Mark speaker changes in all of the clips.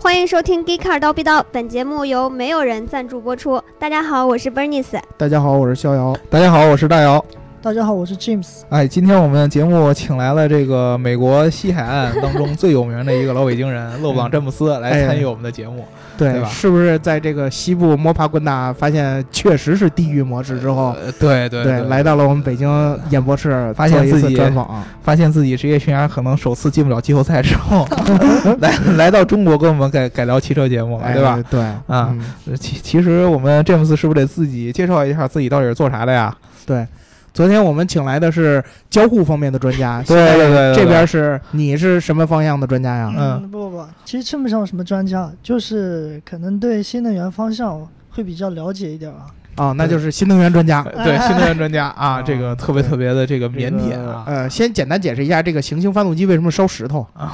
Speaker 1: 欢迎收听《g e e k a r 刀逼刀》，本节目由没有人赞助播出。大家好，我是 Bernice。
Speaker 2: 大家好，我是逍遥。
Speaker 3: 大家好，我是大姚。
Speaker 4: 大家好，我是 James。
Speaker 3: 哎，今天我们节目请来了这个美国西海岸当中最有名的一个老北京 人勒布朗詹姆斯来参与我们的节
Speaker 2: 哎
Speaker 3: 目。对吧
Speaker 2: 是不是在这个西部摸爬滚打，发现确实是地域模式之后，
Speaker 3: 呃，对对
Speaker 2: 对，来到了我们北京演播室，
Speaker 3: 发现
Speaker 2: 做一
Speaker 3: 自
Speaker 2: 次
Speaker 3: 己
Speaker 2: 专访。
Speaker 3: 发现自己职业生涯可能首次进不了季后 赛之后，来来到中国跟我们改改聊汽车节目，
Speaker 2: 哎
Speaker 3: 对吧？？
Speaker 2: 对
Speaker 3: 啊，
Speaker 2: 嗯
Speaker 3: 其其实我们詹姆斯是不是得自己介绍一下自己到底是做啥 的呀？
Speaker 2: 对。昨天我们请来的是交互方面的专家，
Speaker 3: 对对对对对
Speaker 2: 这边是你是什么方向的专家呀？
Speaker 3: 嗯
Speaker 4: 嗯，不不不，其实称不上什么专家，就是可能对新能源方向会比较了解一点 啊。
Speaker 2: 啊，那就是新能源专家。
Speaker 3: 呃对，新能源专家啊，
Speaker 2: 啊
Speaker 3: 这个特别特别的这个腼腆
Speaker 2: 这个
Speaker 3: 啊，
Speaker 2: 呃，先简单解释一下这个行星发动机为什么烧石头。
Speaker 4: 啊，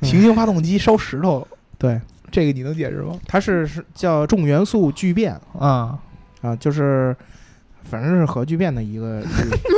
Speaker 3: 行星发动机烧石头，
Speaker 2: 对，
Speaker 3: 这个你能解释吗？
Speaker 2: 它是是叫重元素聚变
Speaker 3: 啊，
Speaker 2: 啊，就是反正是核聚变的一个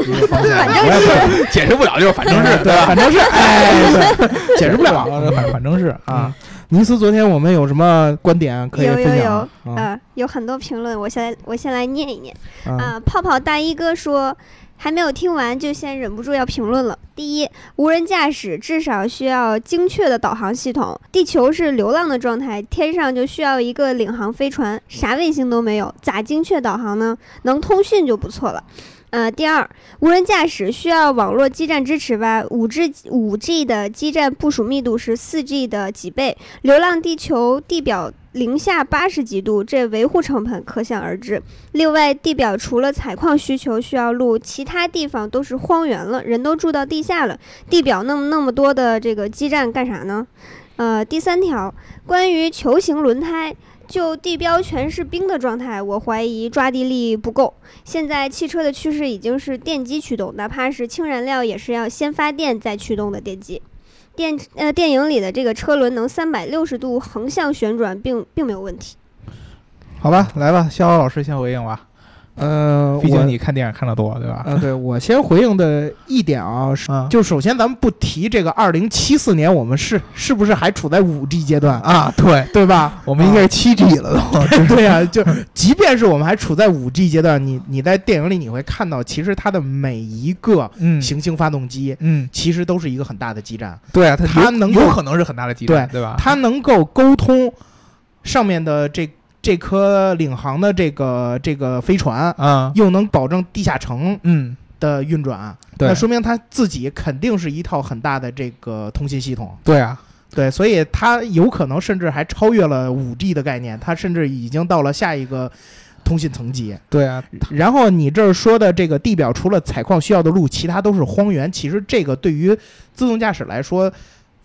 Speaker 2: 一个一个方向。
Speaker 1: 反正
Speaker 3: 解释不了，就是反正是
Speaker 2: 对，反正是 哎， 对，解释不了。
Speaker 3: 反反正是啊
Speaker 2: 啊。，尼斯，昨天我们有什么观点可以
Speaker 1: 有有
Speaker 2: 分
Speaker 1: 有
Speaker 2: 享啊？啊
Speaker 1: 呃，有很多评论，我先来我先来念一念
Speaker 2: 啊
Speaker 1: 啊。泡泡大衣哥说，还没有听完就先忍不住要评论了。第一，无人驾驶至少需要精确的导航系统，地球是流浪的状态，天上就需要一个领航飞船，啥卫星都没有，咋精确导航呢？能通讯就不错了。呃，第二，无人驾驶需要网络基站支持吧？五 G 五 G 的基站部署密度是四 G 的几倍，流浪地球地表零下八十几度，这维护成本可想而知。另外，地表除了采矿需求需要路，其他地方都是荒原了，人都住到地下了，地表那么那么多的这个基站干啥呢？呃，第三条，关于球形轮胎。就地标全是冰的状态，我怀疑抓地力不够。现在汽车的趋势已经是电机驱动，哪怕是氢燃料也是要先发电再驱动的电机。电呃电影里的这个车轮能三百六十度横向旋转并，并没有问题。
Speaker 3: 好吧，来吧，逍遥老师先回应吧，
Speaker 2: 呃，
Speaker 3: 毕
Speaker 2: 我
Speaker 3: 竟你看电影看的多，对吧？
Speaker 2: 啊，对我先回应的一点啊，是
Speaker 3: 啊
Speaker 2: 就首先咱们不提这个二零七四年我们是是不是还处在五 G 阶段啊？
Speaker 3: 啊，对，
Speaker 2: 对吧？啊
Speaker 3: 我们应该是七 G 了 都。
Speaker 2: 对呀、就即便是我们还处在五 G 阶段，你你在电影里你会看到，其实它的每一个
Speaker 3: 嗯
Speaker 2: 行星发动机，
Speaker 3: 嗯，
Speaker 2: 其实都是一个很大的基站，
Speaker 3: 对啊，它
Speaker 2: 它
Speaker 3: 有
Speaker 2: 能够
Speaker 3: 有可能是很大的基站，对吧？
Speaker 2: 它能够沟通上面的这这颗领航的这个这个飞船，
Speaker 3: 啊，
Speaker 2: 又能保证地下城
Speaker 3: 嗯，
Speaker 2: 的运转，
Speaker 3: 对
Speaker 2: 那说明它自己肯定是一套很大的这个通信系统。
Speaker 3: 对啊，
Speaker 2: 对，所以它有可能甚至还超越了五 G 的概念，它甚至已经到了下一个通信层级。
Speaker 3: 对啊，
Speaker 2: 然后你这儿说的这个地表除了采矿需要的路，其他都是荒原。其实这个对于自动驾驶来说，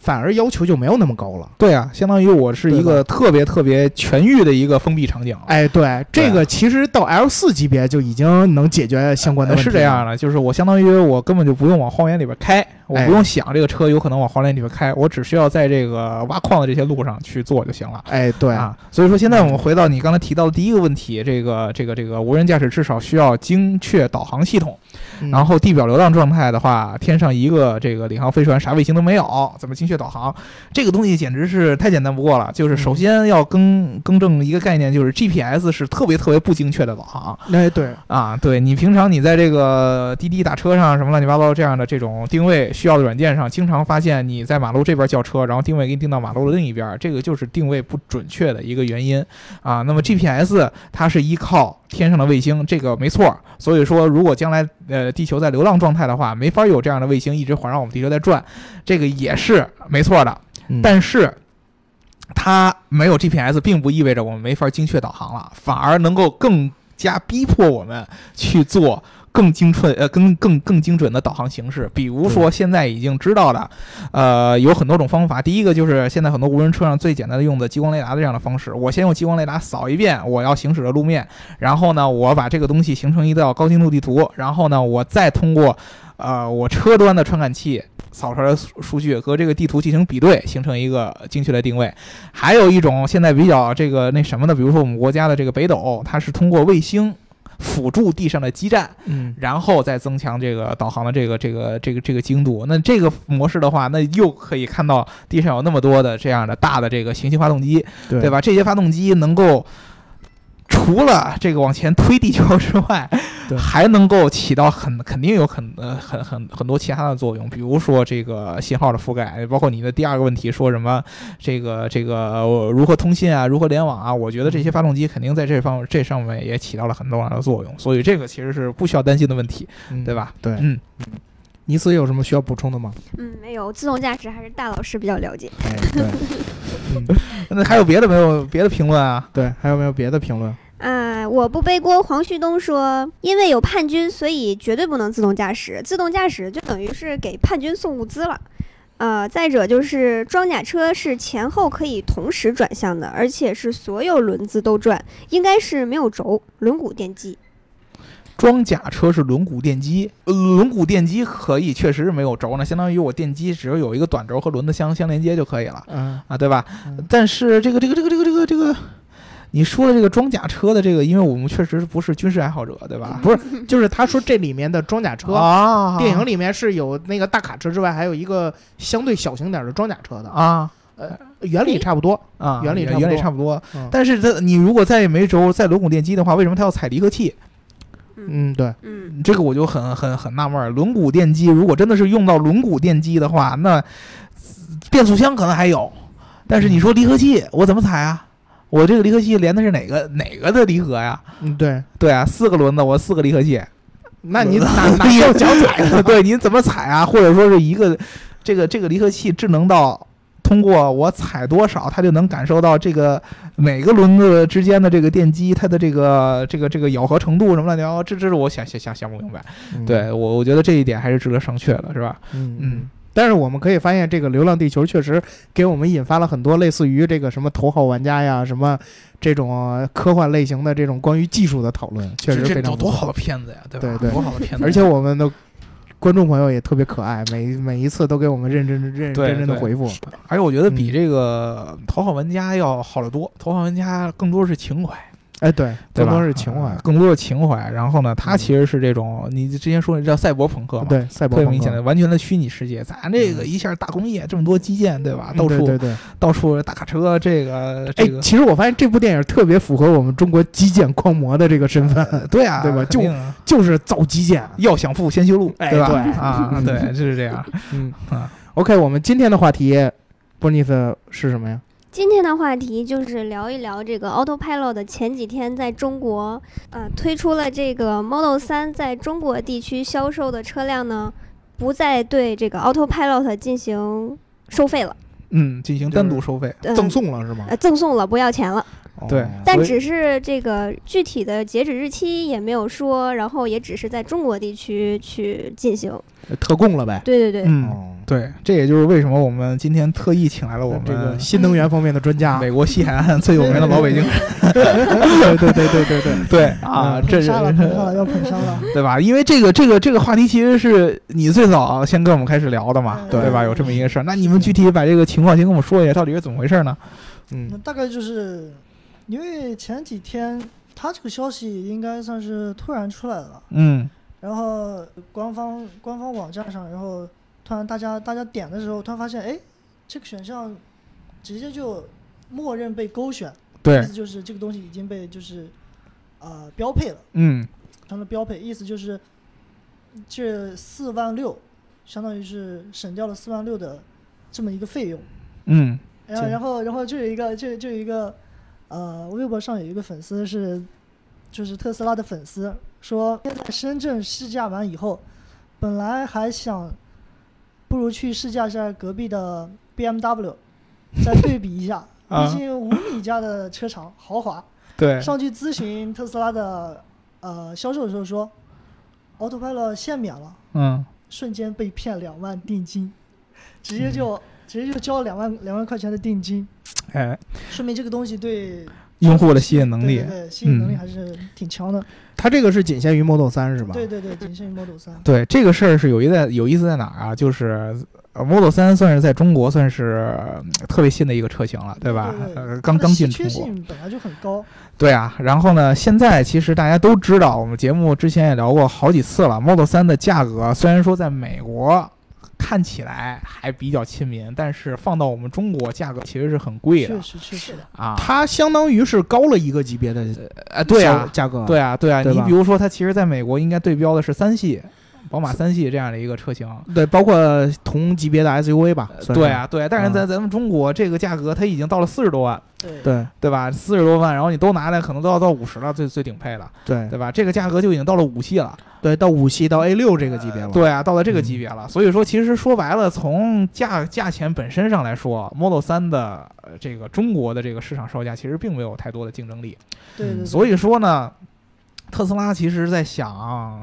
Speaker 2: 反而要求就没有那么高了。
Speaker 3: 对啊，相当于我是一个特别特别全域的一个封闭场景。
Speaker 2: 哎，对，这个其实到 L 四级别就已经能解决相关的
Speaker 3: 呃
Speaker 2: 问题。
Speaker 3: 是这样，的，就是我相当于我根本就不用往荒原里边开，我
Speaker 2: 哎
Speaker 3: 不用想这个车有可能往荒原里边开，我只需要在这个挖矿的这些路上去做就行了。
Speaker 2: 哎，对，
Speaker 3: 啊，所以说现在我们回到你刚才提到的第一个问题，这个这个这个无人驾驶至少需要精确导航系统，
Speaker 2: 嗯
Speaker 3: 然后地表流浪状态的话，天上一个这个领航飞船啥卫星都没有，怎么精确导航？这个东西简直是太简单不过了。就是
Speaker 2: 嗯
Speaker 3: 首先要更更正一个概念，就是 GPS 是特别特别不精确的导航
Speaker 2: 哎，对，
Speaker 3: 啊。对你平常你在这个滴滴打车上什么乱七八糟这样的这种定位需要的软件上，经常发现你在马路这边叫车，然后定位给你定到马路的另一边，这个就是定位不准确的一个原因啊。那么 GPS 它是依靠天上的卫星，这个没错。所以说，如果将来呃地球在流浪状态的话，没法有这样的卫星一直环绕我们地球在转，这个也是没错的。
Speaker 2: 嗯
Speaker 3: 但是它没有 GPS，并不意味着我们没法精确导航了，反而能够更加逼迫我们去做。更精准呃，更更更精准的导航形式，比如说现在已经知道的，呃，有很多种方法。第一个就是现在很多无人车上最简单的用的激光雷达的这样的方式，我先用激光雷达扫一遍我要行驶的路面，然后呢，我把这个东西形成一道高精度地图，然后呢，我再通过呃我车端的传感器扫出来的数数据和这个地图进行比对，形成一个呃精确的定位。还有一种现在比较这个那什么的，比如说我们国家的这个北斗，它是通过卫星。辅助地上的基站，
Speaker 2: 嗯，
Speaker 3: 然后再增强这个导航的这个这个这个这个精度。那这个模式的话，那又可以看到地上有那么多的这样的大的这个行星发动机，
Speaker 2: 对
Speaker 3: 对？吧？这些发动机能够除了这个往前推地球之外
Speaker 2: 对，
Speaker 3: 还能够起到很肯定有很呃很很很多其他的作用，比如说这个信号的覆盖，包括你的第二个问题说什么这个这个、呃如何通信啊，如何联网啊，我觉得这些发动机肯定在这方这上面也起到了很重要的作用，所以这个其实是不需要担心的问题，
Speaker 2: 嗯
Speaker 3: 对？吧？
Speaker 2: 对，
Speaker 3: 嗯，
Speaker 2: 尼斯有什么需要补充的吗？
Speaker 1: 嗯，没有，自动驾驶还是大老师比较了解。
Speaker 2: 哎， 对，嗯
Speaker 3: 那还有别的没有别的评论啊？
Speaker 2: 对，还有没有别的评论？
Speaker 1: 啊、我不背锅。黄旭东说，因为有叛军，所以绝对不能自动驾驶。自动驾驶就等于是给叛军送物资了。呃，再者就是装甲车是前后可以同时转向的，而且是所有轮子都转，应该是没有轴，轮毂电机。
Speaker 3: 装甲车是轮毂电机，呃轮毂电机可以，确实是没有轴呢，相当于我电机只要有一个短轴和轮子相相连接就可以了
Speaker 2: 嗯，
Speaker 3: 啊，对吧
Speaker 4: 嗯？
Speaker 3: 但是这个这个这个这个这个这个，你说的这个装甲车的这个，因为我们确实不是军事爱好者，对
Speaker 2: 啊
Speaker 3: 吧？
Speaker 2: 不是，就是他说这里面的装甲车，
Speaker 3: 啊，
Speaker 2: 电影里面是有那个大卡车之外，还有一个相对小型点的装甲车的，
Speaker 3: 啊
Speaker 2: 原理差不多。
Speaker 3: 啊，
Speaker 2: 原理差不多
Speaker 3: 原理差不多。
Speaker 2: 嗯
Speaker 3: 但是它你如果再没轴再轮毂电机的话，为什么它要踩离合器？
Speaker 2: 嗯，对，
Speaker 1: 嗯，
Speaker 3: 这个我就很很很纳闷儿，轮毂电机如果真的是用到轮毂电机的话，那呃变速箱可能还有，但是你说离合器我怎么踩啊？我这个离合器连的是哪个哪个的离合呀？
Speaker 2: 嗯，对，
Speaker 3: 对啊，四个轮子，我四个离合器，
Speaker 2: 那你哪哪有脚踩的？
Speaker 3: 对，你怎么踩啊？或者说是一个这个这个离合器智能到通过我踩多少，它就能感受到这个每个轮子之间的这个电机它的这个这个这个咬合程度什么乱七八糟，这这是我想想想想不明白。对我，我觉得这一点还是值得商榷的，是吧？
Speaker 2: 嗯嗯。但是我们可以发现，这个《流浪地球》确实给我们引发了很多类似于这个什么头号玩家呀，什么这种科幻类型的这种关于技术的讨论，确实
Speaker 3: 嗯
Speaker 2: 非
Speaker 3: 这这
Speaker 2: 常不错
Speaker 3: 多多好的片子呀，对吧？
Speaker 2: 对对
Speaker 3: 多好的片子！
Speaker 2: 而且我们的观众朋友也特别可爱，每每一次都给我们认真认认
Speaker 3: 对
Speaker 2: 真真的
Speaker 3: 对
Speaker 2: 回复。
Speaker 3: 而且我觉得比
Speaker 2: 嗯
Speaker 3: 这个《头号玩家》要好得多，《头号玩家》更多是情怀，
Speaker 2: 哎，对，嗯更
Speaker 3: 对吧？
Speaker 2: 多是情怀
Speaker 3: 啊，更多是情怀。然后呢，它其实是这种，你之前说你叫赛博朋克嘛，，
Speaker 2: 对，赛博
Speaker 3: 特别
Speaker 2: 朋
Speaker 3: 明
Speaker 2: 克
Speaker 3: 显的，完全的虚拟世界。咱这个一下大工业，这么多基建，对吧？
Speaker 2: 嗯
Speaker 3: 到
Speaker 2: 对
Speaker 3: 处
Speaker 2: 对对。
Speaker 3: 到处大卡车，这个
Speaker 2: 哎
Speaker 3: 这，个，
Speaker 2: 其实我发现这部电影特别符合我们中国基建狂魔的这个身 份，
Speaker 3: 对啊，
Speaker 2: 对吧
Speaker 3: 肯定啊
Speaker 2: 就是造基建。
Speaker 3: 要想富先修路，
Speaker 2: 哎
Speaker 3: 吧？
Speaker 2: 对
Speaker 3: 啊，
Speaker 2: 嗯
Speaker 3: 对，就是这样。
Speaker 2: 嗯
Speaker 3: 啊
Speaker 2: ，OK，我们今天的话题 b o n i t 是什么呀？
Speaker 1: 今天的话题就是聊一聊这个 Autopilot 前几天在中国，呃，推出了这个 Model 3在中国地区销售的车辆呢，不再对这个 Autopilot 进行收费了，
Speaker 3: 嗯，进行单独收费。
Speaker 1: 呃、
Speaker 2: 赠送了是吗？
Speaker 1: 呃赠送了，不要钱了。
Speaker 3: 对
Speaker 2: 哦
Speaker 1: 但
Speaker 3: 所以
Speaker 1: 只是这个具体的截止日期也没有说，然后也只是在中国地区去进行。
Speaker 2: 呃特供了呗。
Speaker 1: 对对对，
Speaker 3: 嗯，
Speaker 2: 哦
Speaker 3: 对，这也就是为什么我们今天特意请来了我们
Speaker 2: 这个新能源方面的专家，
Speaker 3: 美国西海岸 最有名的老北京人，
Speaker 2: 对对对对对对，
Speaker 3: 对啊，
Speaker 2: 嗯
Speaker 3: 这
Speaker 4: 捧
Speaker 3: 是
Speaker 4: 杀了，捧杀 了，要捧杀了。
Speaker 3: 对吧？因为这个这个这个话题其实是你最早先跟我们开始聊的嘛，
Speaker 4: 对
Speaker 3: 对吧？有这么一个事儿，那你们具体把这个情况先跟我们说一下，到底是怎么回事呢？
Speaker 4: 那
Speaker 2: 嗯
Speaker 4: 大概就是因为前几天他这个消息应该算是突然出来的吧，
Speaker 3: 嗯
Speaker 4: 然后官方官方网站上，然后突然大家大家点的时候，突然发现，哎，这个选项直接就默认被勾选，意
Speaker 3: 对
Speaker 4: 思，就是这个东西已经被就是呃标配了，
Speaker 3: 嗯
Speaker 4: 成了标配，意思就是这四万六，相当于是省掉了四万六的这么一个费用。
Speaker 3: 嗯，
Speaker 4: 然后
Speaker 2: 这
Speaker 4: 然后然后就有一个就就有一个呃，微博上有一个粉丝是就是特斯拉的粉丝说，现在深圳试驾完以后，本来还想不如去试驾一下隔壁的 BMW，再对比一下
Speaker 3: 啊
Speaker 4: 毕竟五米家的车长豪华。
Speaker 3: 对，
Speaker 4: 上去咨询特斯拉的呃销售的时候说，Autopilot 哦限免了，
Speaker 3: 嗯
Speaker 4: 瞬间被骗两万定金，直
Speaker 3: 嗯
Speaker 4: 接就、直接就交两万两万块钱的定金。
Speaker 3: 哎，
Speaker 4: 说明这个东西对
Speaker 3: 用户的吸引能
Speaker 4: 对
Speaker 3: 力
Speaker 4: 对。对，吸引能力
Speaker 3: 嗯
Speaker 4: 还是挺强的。
Speaker 2: 它这个是仅限于 Model 3是吧？
Speaker 4: 对对对，仅限于 Model 三。
Speaker 3: 对这个事儿是有意在有意思在哪儿啊？就是呃 Model 三算是在中国算是嗯特别新的一个车型了，对吧？
Speaker 4: 对对
Speaker 3: 呃，刚刚进
Speaker 4: 稀
Speaker 3: 中
Speaker 4: 缺
Speaker 3: 国。
Speaker 4: 性本来就很高，
Speaker 3: 对啊，然后呢，现在其实大家都知道，我们节目之前也聊过好几次了，Model 3的价格虽然说在美国看起来还比较亲民，但是放到我们中国价格其实是很贵的
Speaker 4: 确实确实。
Speaker 3: 啊
Speaker 2: 它相当于是高了一个级别的
Speaker 3: 啊，对
Speaker 2: 销
Speaker 3: 啊，
Speaker 2: 价格。
Speaker 3: 对啊，对啊，
Speaker 2: 呃对
Speaker 3: 你
Speaker 2: 吧
Speaker 3: 比如说它其实在美国应该对标的是三系，宝马三系这样的一个车型。
Speaker 2: 对，包括同级别的 SUV 吧。算是
Speaker 3: 对，啊，对啊，但是在
Speaker 2: 嗯
Speaker 3: 咱们中国这个价格它已经到了四十多万，
Speaker 4: 对
Speaker 2: 对
Speaker 3: 对吧？四十多万，然后你都拿来可能都要到五十了，最最顶配了，
Speaker 2: 对
Speaker 3: 对吧？这个价格就已经到了五系了。
Speaker 2: 对，到五系到 A 六这个级别了。
Speaker 3: 对啊，到了这个
Speaker 2: 嗯
Speaker 3: 级别了。所以说，其实说白了，从价价钱本身上来说，Model 3的呃这个中国的这个市场售价其实并没有太多的竞争力。
Speaker 4: 对对对，
Speaker 3: 所以说呢，特斯拉其实在想、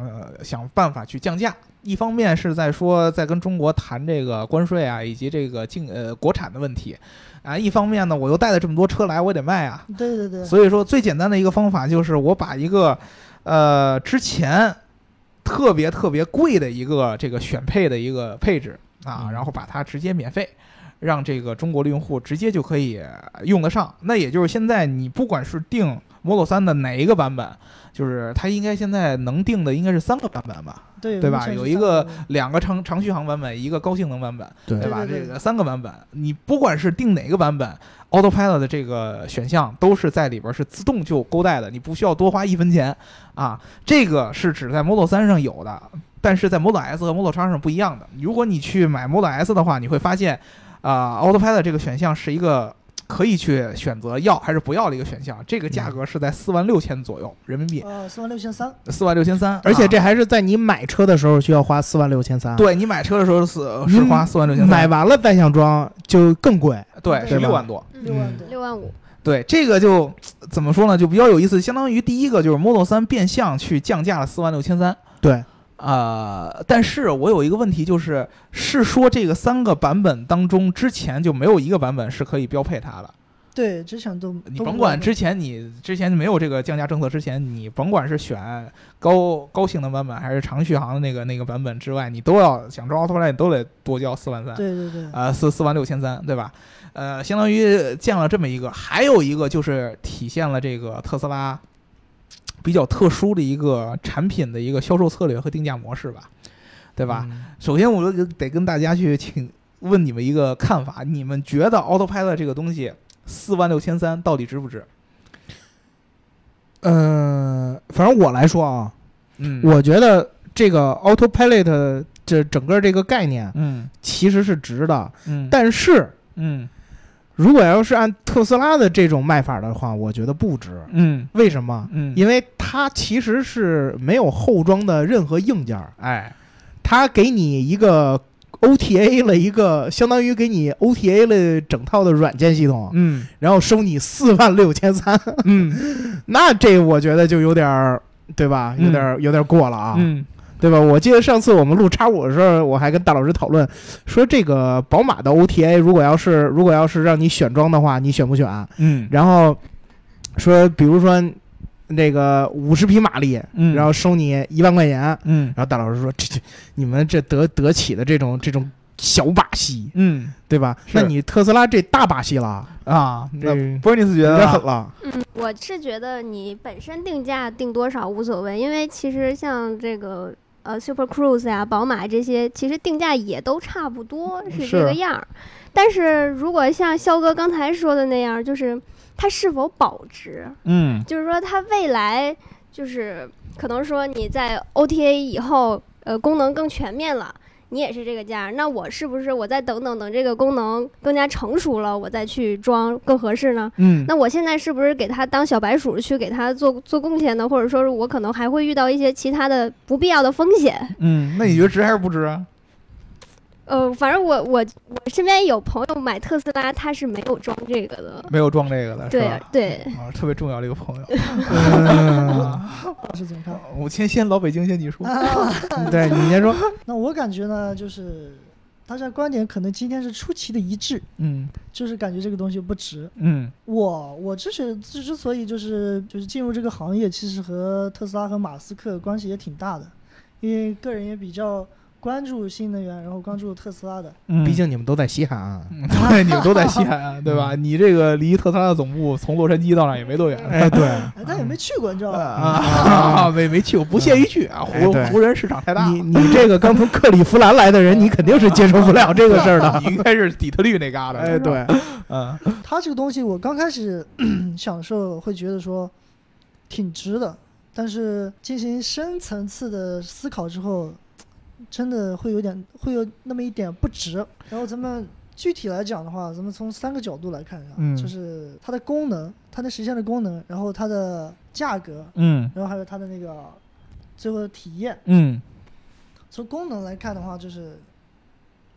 Speaker 3: 呃、想办法去降价。一方面是在说在跟中国谈这个关税啊，以及这个进呃国产的问题，啊，一方面呢我又带了这么多车来，我也得卖啊，
Speaker 4: 对对对，
Speaker 3: 所以说最简单的一个方法就是我把一个呃之前特别特别贵的一个这个选配的一个配置啊，
Speaker 2: 嗯
Speaker 3: 然后把它直接免费。让这个中国的用户直接就可以用得上，那也就是现在你不管是定 Model 3的哪一个版本，就是它应该现在能定的应该是三个版本吧，
Speaker 4: 对
Speaker 3: 对
Speaker 4: 目
Speaker 3: 吧
Speaker 4: 前是
Speaker 3: 有
Speaker 4: 三
Speaker 3: 一个
Speaker 4: 版本
Speaker 3: 两个长长续航版本，一个高性能版本，
Speaker 2: 对
Speaker 3: 吧？
Speaker 4: 对对对
Speaker 3: 这个三个版本，你不管是定哪个版本，Autopilot 的这个选项都是在里边是自动就勾带的，你不需要多花一分钱啊。这个是只在 Model 3上有的，但是在 Model S 和 Model X 上不一样的。如果你去买 Model S 的话，你会发现，啊、a u t o p i l o t 这个选项是一个。可以去选择要还是不要的一个选项，这个价格是在四万六千左右人民币，啊
Speaker 4: 呃四万六千三，
Speaker 3: 四万六千三，
Speaker 2: 而且这还是在你买车的时候需要花四万六千三。。
Speaker 3: 对你买车的时候是
Speaker 2: 你
Speaker 3: 是花四万六千
Speaker 2: 买
Speaker 3: 三，
Speaker 2: 完了单项装就更贵，
Speaker 3: 对是
Speaker 2: 对吧
Speaker 3: 六万多。
Speaker 1: 嗯
Speaker 4: 六万多。
Speaker 1: 六万五，
Speaker 3: 对这个就怎么说呢，就比较有意思，相当于第一个就是 Model 3变相去降价了四万六千三。
Speaker 2: 对，
Speaker 3: 呃，但是我有一个问题，就是是说这个三个版本当中，之前就没有一个版本是可以标配它的。
Speaker 4: 对，之前都
Speaker 3: 你
Speaker 4: 都
Speaker 3: 甭
Speaker 4: 不
Speaker 3: 管
Speaker 4: 够
Speaker 3: 之前你之前没有这个降价政策之前，你甭管是选高高性能版本还是长续航的那个那个版本之外，你都要想装 Autopilot，你都得多交四万三。
Speaker 4: 对对对，
Speaker 3: 呃，四四万六千三，对吧？呃，相当于降了这么一个，还有一个就是体现了这个特斯拉比较特殊的一个产品的一个销售策略和定价模式吧，对
Speaker 2: 对
Speaker 3: 吧？？首先，我就得跟大家去请问你们一个看法，你们觉得 Autopilot 这个东西四万六千三到底值不值？
Speaker 2: 呃，反正我来说啊，
Speaker 3: 嗯
Speaker 2: 我觉得这个 Autopilot 这整个这个概念
Speaker 3: 嗯
Speaker 2: 其实是值的，
Speaker 3: 嗯，
Speaker 2: 但是
Speaker 3: 嗯
Speaker 2: 如果要是按特斯拉的这种卖法的话，我觉得不值。
Speaker 3: 嗯
Speaker 2: 为什么？
Speaker 3: 嗯，
Speaker 2: 因为它其实是没有后装的任何硬件儿，
Speaker 3: 哎，
Speaker 2: 它给你一个 OTA 了一个，相当于给你 OTA 了整套的软件系统，
Speaker 3: 嗯
Speaker 2: 然后收你四万六千三，
Speaker 3: 嗯
Speaker 2: 那这我觉得就有点儿，对吧？有点儿有点儿过了啊。
Speaker 3: 嗯
Speaker 2: 对吧？我记得上次我们录叉五的时候，我还跟大老师讨论说，这个宝马的 OTA 如果要是如果要是让你选装的话，你选不选？
Speaker 3: 嗯，
Speaker 2: 然后说，比如说那个五十匹马力，
Speaker 3: 嗯
Speaker 2: 然后收你一万块钱。
Speaker 3: 嗯
Speaker 2: 然后大老师说，这这你们这得得起的这种这种小把戏，
Speaker 3: 嗯
Speaker 2: 对吧？
Speaker 3: 是
Speaker 2: 那你特斯拉这大把戏了，
Speaker 3: 啊，
Speaker 2: 这
Speaker 3: 那波尼斯觉
Speaker 2: 有
Speaker 3: 得
Speaker 2: 点
Speaker 3: 呢
Speaker 2: 狠了。
Speaker 1: 嗯，我是觉得你本身定价定多少无所谓，因为其实像这个呃 Super Cruise 呀、宝马这些，其实定价也都差不多是这
Speaker 2: 是
Speaker 1: 个样儿。但是如果像肖哥刚才说的那样，就是它是否保值，
Speaker 3: 嗯
Speaker 1: 就是说它未来就是可能说你在 OTA 以后，呃，功能更全面了。你也是这个价儿，那我是不是我再等等等这个功能更加成熟了，我再去装更合适呢？
Speaker 3: 嗯
Speaker 1: 那我现在是不是给他当小白鼠去给他做做贡献呢？或者说是我可能还会遇到一些其他的不必要的风险？
Speaker 3: 嗯，那你觉得值还是不值啊？
Speaker 1: 呃，反正我我我身边有朋友买特斯拉，他是没有装这个的。
Speaker 3: 没有撞这个的是
Speaker 1: 对
Speaker 3: 吧？
Speaker 1: 对，
Speaker 3: 啊，特别重要的一个朋友。
Speaker 2: 嗯，
Speaker 4: 老师怎么看？
Speaker 3: 我先先老北京先你说，
Speaker 4: 啊，
Speaker 2: 对你先说，
Speaker 4: 那我感觉呢，就是大家观点可能今天是出奇的一致，
Speaker 3: 嗯
Speaker 4: 就是感觉这个东西不值。
Speaker 3: 嗯
Speaker 4: 我我之所之之所以就是就是进入这个行业，其实和特斯拉和马斯克关系也挺大的，因为个人也比较关注新能源，然后关注特斯拉的。
Speaker 3: 嗯
Speaker 2: 毕竟你们都在西海岸、啊。
Speaker 3: 嗯对，你们都在西海岸，对吧？你这个离特斯拉的总部从洛杉矶到那儿也没多远。
Speaker 2: 嗯哎，对，
Speaker 4: 哎，但也没去过，你知道吧？
Speaker 3: 啊，没没去过，不屑于去啊！湖
Speaker 2: 哎对
Speaker 3: 湖人市场太大
Speaker 2: 你
Speaker 3: 了，
Speaker 2: 你这个刚从克利夫兰来的人，你肯定是接受不了这个事 儿的。
Speaker 3: 你应该是底特律那旮瘩。
Speaker 2: 哎，对，
Speaker 3: 嗯
Speaker 4: 它这个东西，我刚开始 享受会觉得说挺值的，但是进行深层次的思考之后，真的会有点会有那么一点不值。然后咱们具体来讲的话，咱们从三个角度来看一下，
Speaker 3: 嗯
Speaker 4: 就是它的功能、它能实现的功能，然后它的价格，
Speaker 3: 嗯
Speaker 4: 然后还有它的那个最后的体验。
Speaker 3: 嗯
Speaker 4: 从功能来看的话，就是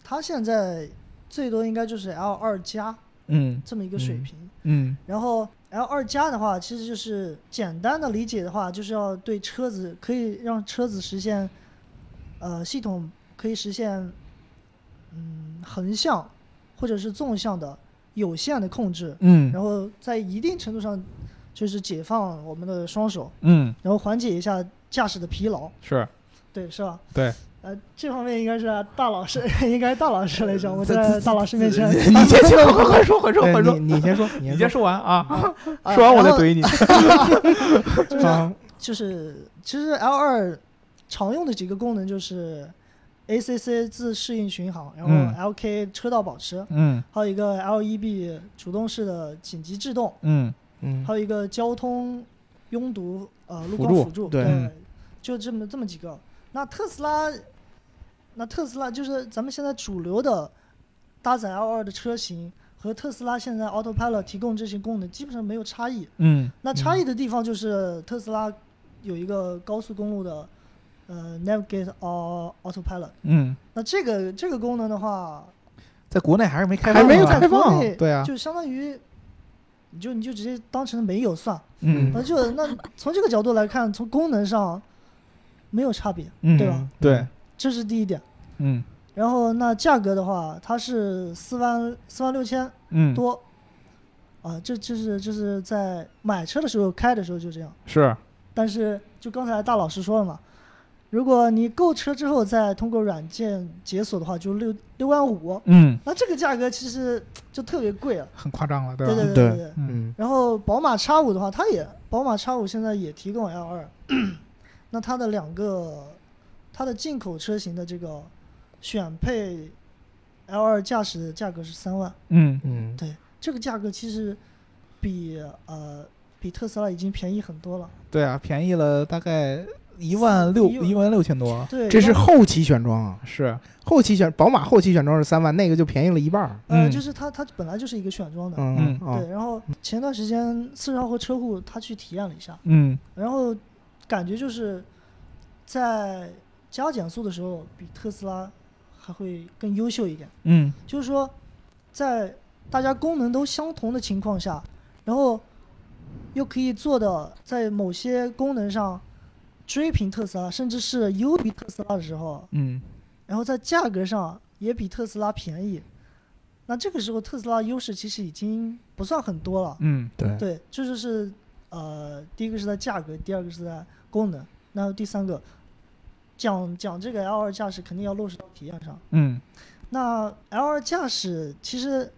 Speaker 4: 它现在最多应该就是 L 二加
Speaker 3: 嗯
Speaker 4: 这么一个水
Speaker 2: 嗯
Speaker 4: 平。
Speaker 3: 嗯
Speaker 4: 然后 L 二加的话，其实就是简单的理解的话，就是要对车子可以让车子实现，呃，系统可以实现，嗯，横向或者是纵向的有限的控制，
Speaker 3: 嗯
Speaker 4: 然后在一定程度上就是解放我们的双手，
Speaker 3: 嗯，
Speaker 4: 然后缓解一下驾驶的疲劳，
Speaker 3: 是
Speaker 4: 对，是吧？
Speaker 3: 对。
Speaker 4: 呃，这方面应该是大老师， 应该大老师来讲，我
Speaker 3: 这这
Speaker 4: 在大老师面前
Speaker 3: 你先去，快快说，快说，快
Speaker 2: 对
Speaker 3: 说，
Speaker 2: 哎你你先说，
Speaker 3: 你
Speaker 2: 你
Speaker 3: 先
Speaker 2: 先
Speaker 3: 说完啊，
Speaker 4: 啊
Speaker 3: 说完我再
Speaker 4: 然后
Speaker 3: 怼你。
Speaker 4: 就是
Speaker 2: 啊
Speaker 4: 就是其实 L 二常用的几个功能就是 ACC 自适应巡航，然
Speaker 3: 嗯
Speaker 4: 后 LK 车道保持，
Speaker 3: 嗯
Speaker 4: 还有一个 LEB 主动式的紧急制动，
Speaker 3: 嗯
Speaker 2: 嗯
Speaker 4: 还有一个交通拥堵呃路
Speaker 3: 辅
Speaker 4: 况
Speaker 3: 助
Speaker 4: 辅助，
Speaker 2: 对
Speaker 3: 嗯
Speaker 4: 就这么这么几个。那特斯拉，那特斯拉就是咱们现在主流的搭载 L 二的车型和特斯拉现在 Autopilot 提供这些功能基本上没有差异。
Speaker 3: 嗯
Speaker 4: 那差异的地方就是特斯拉有一个高速公路的呃 Navigate or Autopilot。
Speaker 3: 嗯，
Speaker 4: 那这个这个功能的话，
Speaker 3: 在国内还是没开
Speaker 2: 还
Speaker 3: 放呢，
Speaker 2: 没有
Speaker 4: 在
Speaker 2: 开放
Speaker 4: 国内
Speaker 3: 对啊
Speaker 4: 就相当于你就你就直接当成没有算。
Speaker 3: 嗯
Speaker 4: 那就那从这个角度来看，从功能上没有差别，
Speaker 3: 嗯
Speaker 4: 对吧？
Speaker 3: 对，
Speaker 4: 这是第一点。
Speaker 3: 嗯
Speaker 4: 然后那价格的话，它是四万四万六千
Speaker 3: 嗯，
Speaker 4: 多。啊，这这是这是在买车的时候开的时候就这样，
Speaker 3: 是
Speaker 4: 但是就刚才大老师说了嘛，如果你购车之后再通过软件解锁的话，就六六万五，
Speaker 3: 嗯，
Speaker 4: 那这个价格其实就特别贵了。
Speaker 3: 很夸张了，对啊
Speaker 4: 对
Speaker 3: 吧？
Speaker 4: 对
Speaker 2: 对
Speaker 4: 对对。
Speaker 2: 嗯
Speaker 4: 然后宝马 X 五的话，它也宝马 X 五现在也提供 L 二，那它的两个它的进口车型的这个选配 L 二驾驶的价格是三万，
Speaker 3: 嗯
Speaker 2: 嗯，
Speaker 4: 对，这个价格其实比呃比特斯拉已经便宜很多了。
Speaker 3: 对啊，便宜了大概一万六一万六千多，
Speaker 4: 对，
Speaker 2: 这是
Speaker 4: 那
Speaker 2: 后期选装啊，
Speaker 3: 是
Speaker 2: 嗯后期选宝马后期选装是三万，那个就便宜了一半儿。
Speaker 4: 呃
Speaker 3: 嗯
Speaker 4: 就是它它本来就是一个选装的。
Speaker 2: 嗯
Speaker 3: 嗯
Speaker 2: 啊
Speaker 4: 对，，然后前段时间四十号和车库他去体验了一下，
Speaker 3: 嗯
Speaker 4: 然后感觉就是在加减速的时候比特斯拉还会更优秀一点，
Speaker 3: 嗯
Speaker 4: 就是说在大家功能都相同的情况下，然后又可以做的在某些功能上追平特斯拉，甚至是优于特斯拉的时候，
Speaker 3: 嗯
Speaker 4: 然后在价格上也比特斯拉便宜，那这个时候特斯拉优势其实已经不算很多了。
Speaker 3: 嗯
Speaker 2: 对，
Speaker 4: 对，这就是呃，第一个是在价格，第二个是在功能，然后第三个讲讲这个 L 二驾驶肯定要落实到体验上。
Speaker 3: 嗯
Speaker 4: 那 L 二驾驶其实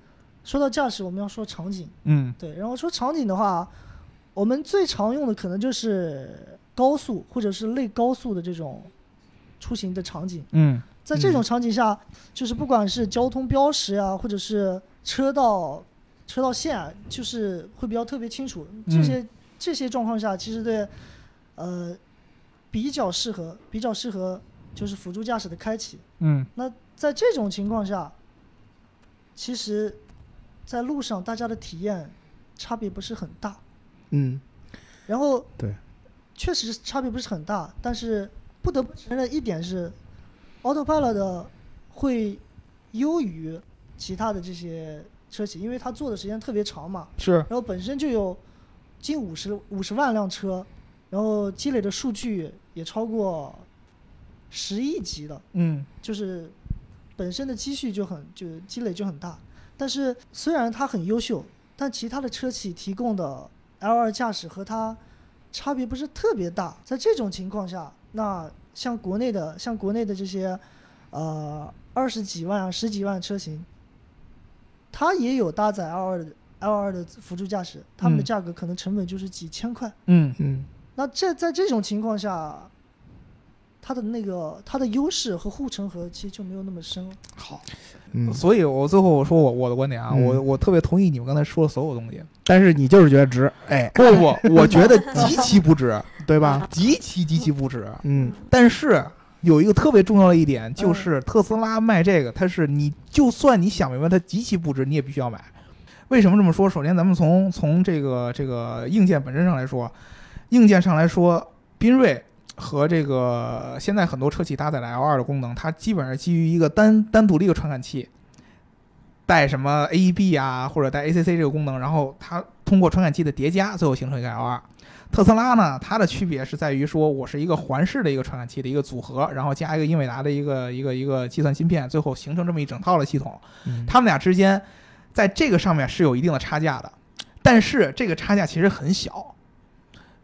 Speaker 4: 说到驾驶，我们要说场景，
Speaker 3: 嗯
Speaker 4: 对，然后说场景的话，我们最常用的可能就是高速或者是类高速的这种出行的场景。
Speaker 3: 嗯
Speaker 4: 在这种
Speaker 2: 嗯
Speaker 4: 场景下，就是不管是交通标识呀、或者是车道车道线啊，就是会比较特别清楚。这
Speaker 2: 嗯
Speaker 4: 些、这些状况下，其实对，呃，比较适合比较适合就是辅助驾驶的开启。
Speaker 3: 嗯
Speaker 4: 那在这种情况下，其实，在路上大家的体验差别不是很大。
Speaker 2: 嗯
Speaker 4: 然后
Speaker 2: 对，
Speaker 4: 确实差别不是很大，但是不得不承认一点是，Autopilot 的会优于其他的这些车企，因为它做的时间特别长嘛，
Speaker 3: 是
Speaker 4: 然后本身就有近五十五十万辆车，然后积累的数据也超过十亿级的，
Speaker 3: 嗯
Speaker 4: 就是本身的积蓄就很就积累就很大。但是虽然它很优秀，但其他的车企提供的 L2 驾驶和它差别不是特别大。在这种情况下，那像国内的像国内的这些呃二十几万啊十几万车型，它也有搭载 L2 的 L2 的辅助驾驶，他们的
Speaker 3: 嗯
Speaker 4: 价格可能成本就是几千块。
Speaker 3: 嗯
Speaker 2: 嗯，
Speaker 4: 那这在这种情况下，它的那个它的优势和护城河其实就没有那么深了。
Speaker 3: 好。
Speaker 2: 嗯，
Speaker 3: 所以我最后我说我我的观点啊，
Speaker 2: 嗯
Speaker 3: 我我特别同意你们刚才说的所有东西。
Speaker 2: 但是你就是觉得值，哎，
Speaker 3: 不不，我 觉得极其不值，
Speaker 2: 对吧？
Speaker 3: 极其极其不值。
Speaker 2: 嗯
Speaker 3: 但是有一个特别重要的一点，就是特斯拉卖这个，它是你就算你想明白它极其不值，你也必须要买。为什么这么说？首先，咱们从从这个这个硬件本身上来说，硬件上来说，缤瑞和这个现在很多车企搭载了 L 2的功能，它基本上基于一个单 单独的一个传感器，带什么 AEB 啊，或者带 ACC 这个功能，然后它通过传感器的叠加，最后形成一个 L 2特斯拉呢，它的区别是在于说我是一个环视的一个传感器的一个组合，然后加一个英伟达的一个一个一个计算芯片，最后形成这么一整套的系统。
Speaker 2: 嗯，
Speaker 3: 他们俩之间在这个上面是有一定的差价的，但是这个差价其实很小。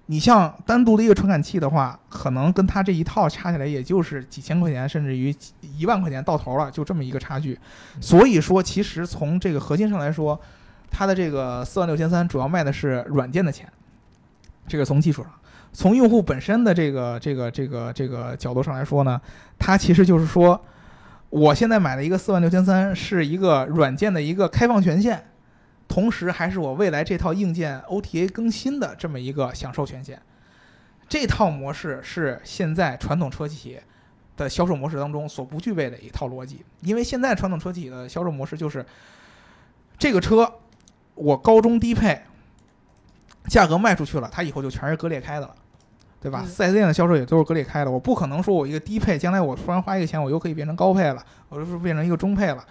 Speaker 3: 你像单独的一个传感器的话，可能跟它这一套差起来也就是几千块钱，甚至于几一万块钱到头了，就这么一个差距。所以说，其实从这个核心上来说，它的这个四万六千三主要卖的是软件的钱，这个从技术上。从用户本身的这个这个这个这个角度上来说呢，它其实就是说，我现在买的一个四万六千三是一个软件的一个开放权限，同时还是我未来这套硬件 OTA 更新的这么一个享受权限。这套模式是现在传统车企的销售模式当中所不具备的一套逻辑，因为现在传统车企的销售模式就是这个车我高中低配，价格卖出去了，它以后就全是割裂开的了。对吧？
Speaker 4: 嗯
Speaker 3: 四 S 店的销售也都是割裂开的，我不可能说我一个低配，将来我突然花一个钱，我又可以变成高配了，我就是变成一个中配了。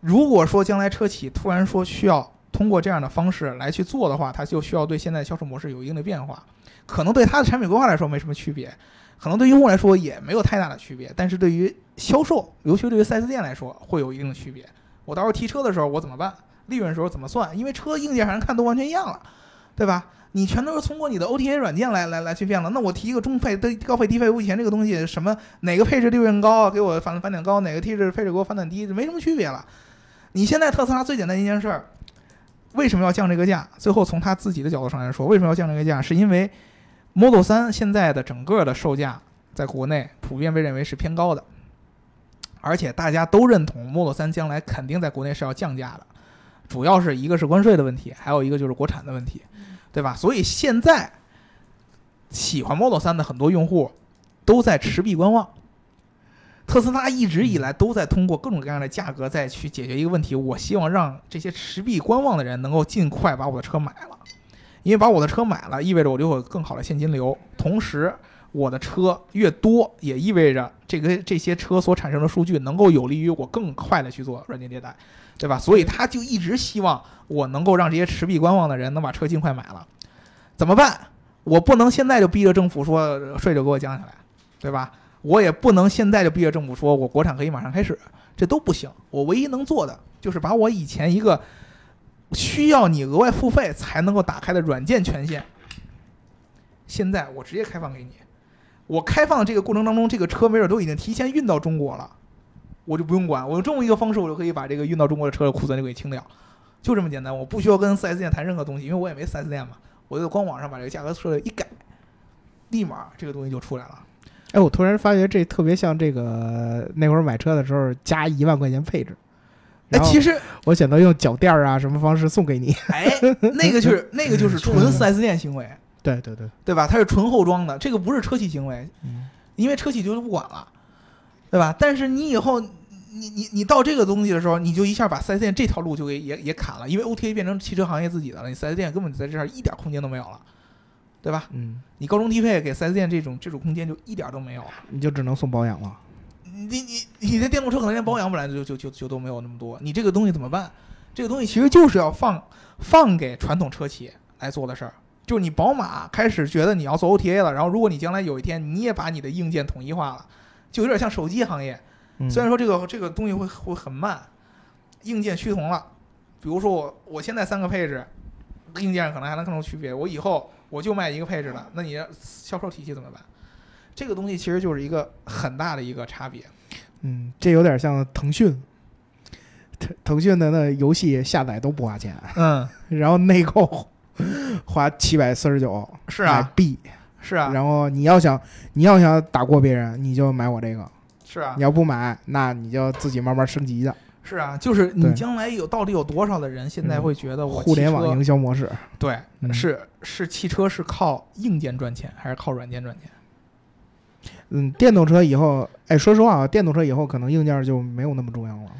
Speaker 3: 如果说将来车企突然说需要通过这样的方式来去做的话，它就需要对现在销售模式有一定的变化。可能对它的产品规划来说没什么区别，可能对用户来说也没有太大的区别，但是对于销售，尤其对于 4S 店来说会有一定的区别。我到时候提车的时候我怎么办？利润的时候怎么算？因为车硬件上看都完全一样了，对吧？你全都是通过你的 OTA 软件来来来去变了。那我提一个中配、低高配、低配，我以前这个东西什么哪个配置利润高，给我返返点高，哪个配置配置给我返点低，没什么区别了。你现在特斯拉最简单一件事儿，为什么要降这个价？最后从他自己的角度上来说，为什么要降这个价？是因为 Model 3现在的整个的售价在国内普遍被认为是偏高的，而且大家都认同 Model 3将来肯定在国内是要降价的，主要是一个是关税的问题，还有一个就是国产的问题，对吧？所以现在喜欢 Model 3的很多用户都在持币观望。特斯拉一直以来都在通过各种各样的价格再去解决一个问题，我希望让这些持币观望的人能够尽快把我的车买了。因为把我的车买了，意味着我就会有更好的现金流，同时我的车越多，也意味着这个这些车所产生的数据能够有利于我更快的去做软件迭代，对吧？所以他就一直希望我能够让这些持币观望的人能把车尽快买了，怎么办？我不能现在就逼着政府说呃税就给我降下来，对吧？我也不能现在就逼着政府说我国产可以马上开始，这都不行。我唯一能做的就是把我以前一个需要你额外付费才能够打开的软件权限，现在我直接开放给你。我开放的这个过程当中，这个车没准都已经提前运到中国了，我就不用管。我用这么一个方式，我就可以把这个运到中国的车的库存就给清掉，就这么简单。我不需要跟 4S 店谈任何东西，因为我也没 4S 店嘛，我就官网上把这个价格设定一改，立马这个东西就出来了。
Speaker 2: 哎，我突然发觉这特别像这个那会儿买车的时候加一万块钱配置，
Speaker 3: 哎，
Speaker 2: 然后
Speaker 3: 其实
Speaker 2: 我选择用脚垫儿啊什么方式送给你。
Speaker 3: 哎，那个就是那个就是纯 4S 店行为，
Speaker 2: 对对对，
Speaker 3: 对吧？它是纯后装的，这个不是车企行为，
Speaker 2: 嗯
Speaker 3: 因为车企就是不管了，对吧？但是你以后，你你你到这个东西的时候，你就一下把 4S 店这条路就给也也砍了，因为 OTA 变成汽车行业自己的了，你 4S 店根本在这儿一点空间都没有了，对吧？
Speaker 2: 嗯，
Speaker 3: 你高中低配给 4S 店这种这种空间就一点都没有了。
Speaker 2: 你就只能送保养了。
Speaker 3: 你你你的电动车可能连保养本来就就就就都没有那么多，你这个东西怎么办？这个东西其实就是要放放给传统车企来做的事儿。就是你宝马开始觉得你要做 OTA 了，然后如果你将来有一天你也把你的硬件统一化了，就有点像手机行业，
Speaker 2: 嗯
Speaker 3: 虽然说这个这个东西会会很慢，硬件趋同了。比如说我我现在三个配置，硬件可能还能看出区别，我以后我就卖一个配置了，那你销售体系怎么办？这个东西其实就是一个很大的一个差别。
Speaker 2: 嗯，这有点像腾讯，腾腾讯的那游戏下载都不花钱，
Speaker 3: 嗯，
Speaker 2: 然后内购花七百四十九，
Speaker 3: 是啊，
Speaker 2: 币，
Speaker 3: 是啊，
Speaker 2: 哎然后你要想你要想打过别人，你就买我这个，
Speaker 3: 是啊
Speaker 2: 你，要不买，那你就自己慢慢升级的
Speaker 3: 是啊，就是你
Speaker 2: 对
Speaker 3: 将来有到底有多少的人现在
Speaker 2: 嗯
Speaker 3: 会觉得我
Speaker 2: 互联
Speaker 3: 汽车
Speaker 2: 网营销模式。
Speaker 3: 对，
Speaker 2: 嗯
Speaker 3: 是是汽车是靠硬件赚钱还是靠软件赚钱？
Speaker 2: 嗯，电动车以后，哎，说实话啊，电动车以后可能硬件就没有那么重要了。